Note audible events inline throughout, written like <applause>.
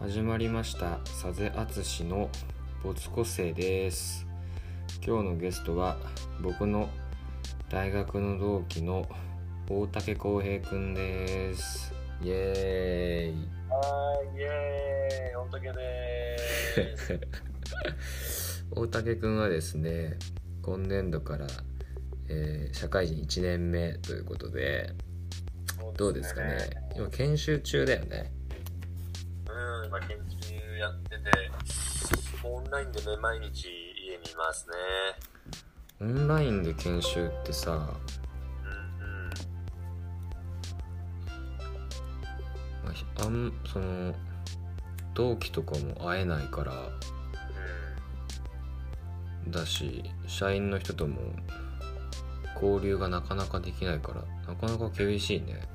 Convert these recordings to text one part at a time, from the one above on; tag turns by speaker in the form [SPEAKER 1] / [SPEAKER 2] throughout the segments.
[SPEAKER 1] 始まりました佐世淳の没個性です今日のゲストは僕の大学の同期の大竹浩平くんですイエーイ
[SPEAKER 2] はい、イエーイ、おんとけでー <laughs> す。
[SPEAKER 1] 大竹くんはですね今年度から、えー社会人1年目ということでどうですかね今研修中だよね
[SPEAKER 2] うん、今研究やってて、オンラインでね、毎日家にいますね。
[SPEAKER 1] オンラインで研修ってさ、
[SPEAKER 2] うんうん。
[SPEAKER 1] まあひあんその同期とかも会えないからだし社員の人とも交流がなかなかできないからなかなか厳しいね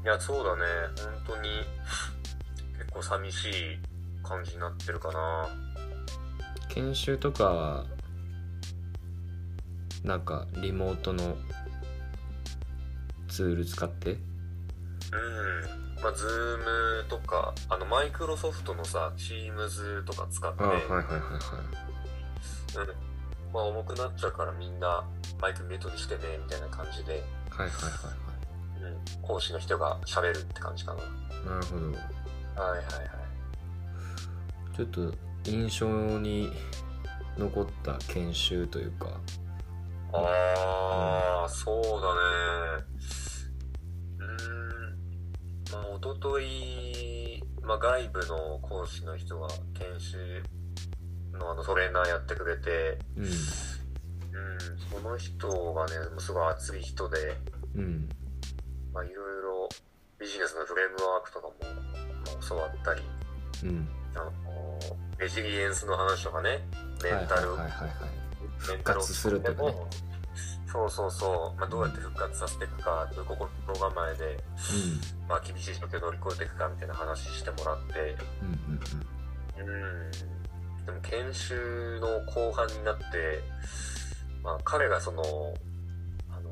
[SPEAKER 2] うん。いや、そうだね、本当に、結構寂しい感じになってるかな。
[SPEAKER 1] 研修とかはなんかリモートのツール使って
[SPEAKER 2] うん。まあ、ズームとか、あの、マイクロソフトのさ、Teams とか使って、
[SPEAKER 1] いはいはい
[SPEAKER 2] うん。まあ、重くなっちゃうからみんな、マイクミュートにしてね、みたいな感じで。
[SPEAKER 1] はいはいはいはい
[SPEAKER 2] うん、講師の人が喋るって感じかな。
[SPEAKER 1] なるほど
[SPEAKER 2] はいはいはい。
[SPEAKER 1] ちょっと印象に残った研修というか
[SPEAKER 2] ああ、そうだね。うーん、まあ、一昨日まあ、外部の講師の人が研修のあのトレーナーやってくれて、
[SPEAKER 1] う
[SPEAKER 2] うん、その人がね、もうすごい熱い人で、
[SPEAKER 1] んうん
[SPEAKER 2] まあ、いろいろビジネスのフレームワークとかも、まあ、教わったり、
[SPEAKER 1] うん
[SPEAKER 2] あの、レジリエンスの話とかね、メンタル
[SPEAKER 1] はいはいはいはいはい
[SPEAKER 2] メンタル
[SPEAKER 1] 活するとかね
[SPEAKER 2] そうそうそう、まあ、どうやって復活させていくかという心構えで、まあ、厳しい状況を乗り越えていくかみたいな話してもらって
[SPEAKER 1] うんうんうんうん
[SPEAKER 2] うんでも研修の後半になって、まあ、彼がそのあの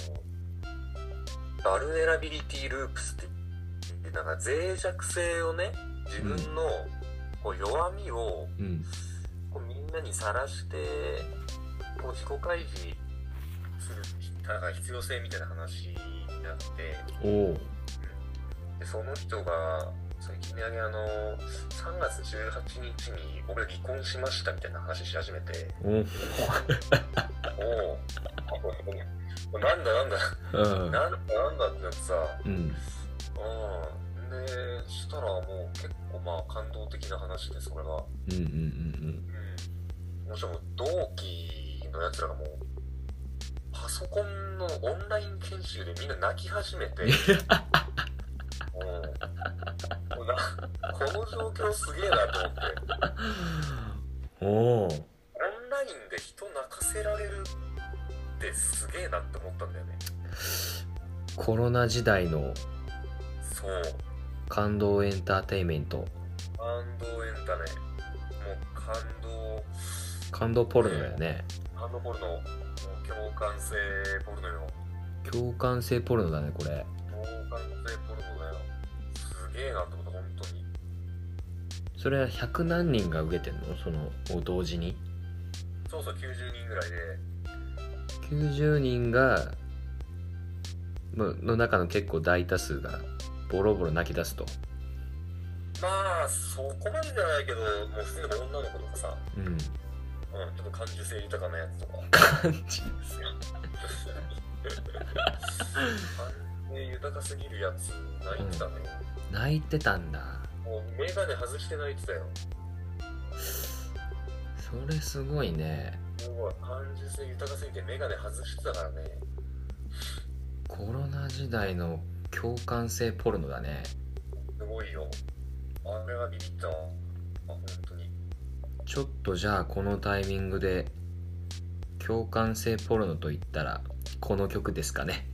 [SPEAKER 2] バルネラビリティループスって言ってなんか脆弱性をね自分のこう弱みを
[SPEAKER 1] うん
[SPEAKER 2] こうみんなにさらしてこう自己開示するなんか必要性みたいな話になって
[SPEAKER 1] おお
[SPEAKER 2] でその人が最近にあの3月18日に俺離婚しましたみたいな話し始めて
[SPEAKER 1] <laughs> お
[SPEAKER 2] おおなんだなんだ
[SPEAKER 1] うん
[SPEAKER 2] なんだなんだってなってさ
[SPEAKER 1] うん
[SPEAKER 2] うんでそしたらもう結構まあ感動的な話でそれが。
[SPEAKER 1] うんうんうん
[SPEAKER 2] もしも同期のやつらがもうパソコンのオンライン研修でみんな泣き始めてもうもうなこの状況すげえなと思って
[SPEAKER 1] うんおお
[SPEAKER 2] オンラインで人泣かせられるってすげえなって思ったんだよね
[SPEAKER 1] コロナ時代の
[SPEAKER 2] そう
[SPEAKER 1] 感動エンターテインメント
[SPEAKER 2] 感動エンタねもう感動
[SPEAKER 1] 感動ポルノだよね
[SPEAKER 2] 感動ポルノもう共感性ポルノよ
[SPEAKER 1] 共感性ポルノだねこれ
[SPEAKER 2] 共感性ポルノだよすげえなって思った本当に
[SPEAKER 1] それは100何人が受けてんのそのを同時に
[SPEAKER 2] そうそう90人ぐらいで
[SPEAKER 1] 90人がのの中の結構大多数がボロボロ泣き出すと
[SPEAKER 2] まあそこまでじゃないけどもうすでに女の子とかさ、
[SPEAKER 1] うん
[SPEAKER 2] うん、ちょっと感受性豊かなやつとか <laughs>
[SPEAKER 1] 感じ
[SPEAKER 2] 感性豊かすぎるやつ泣いてたね、
[SPEAKER 1] 泣いてたんだ
[SPEAKER 2] もうメガネ外して泣いてたよ
[SPEAKER 1] それすごいね
[SPEAKER 2] すごい感受性豊かすぎてメガネ外してたからね
[SPEAKER 1] コロナ時代の共感性ポルノだね
[SPEAKER 2] すごいよあれはビビったわあ本当に
[SPEAKER 1] ちょっとじゃあこのタイミングで共感性ポルノといったらこの曲ですかね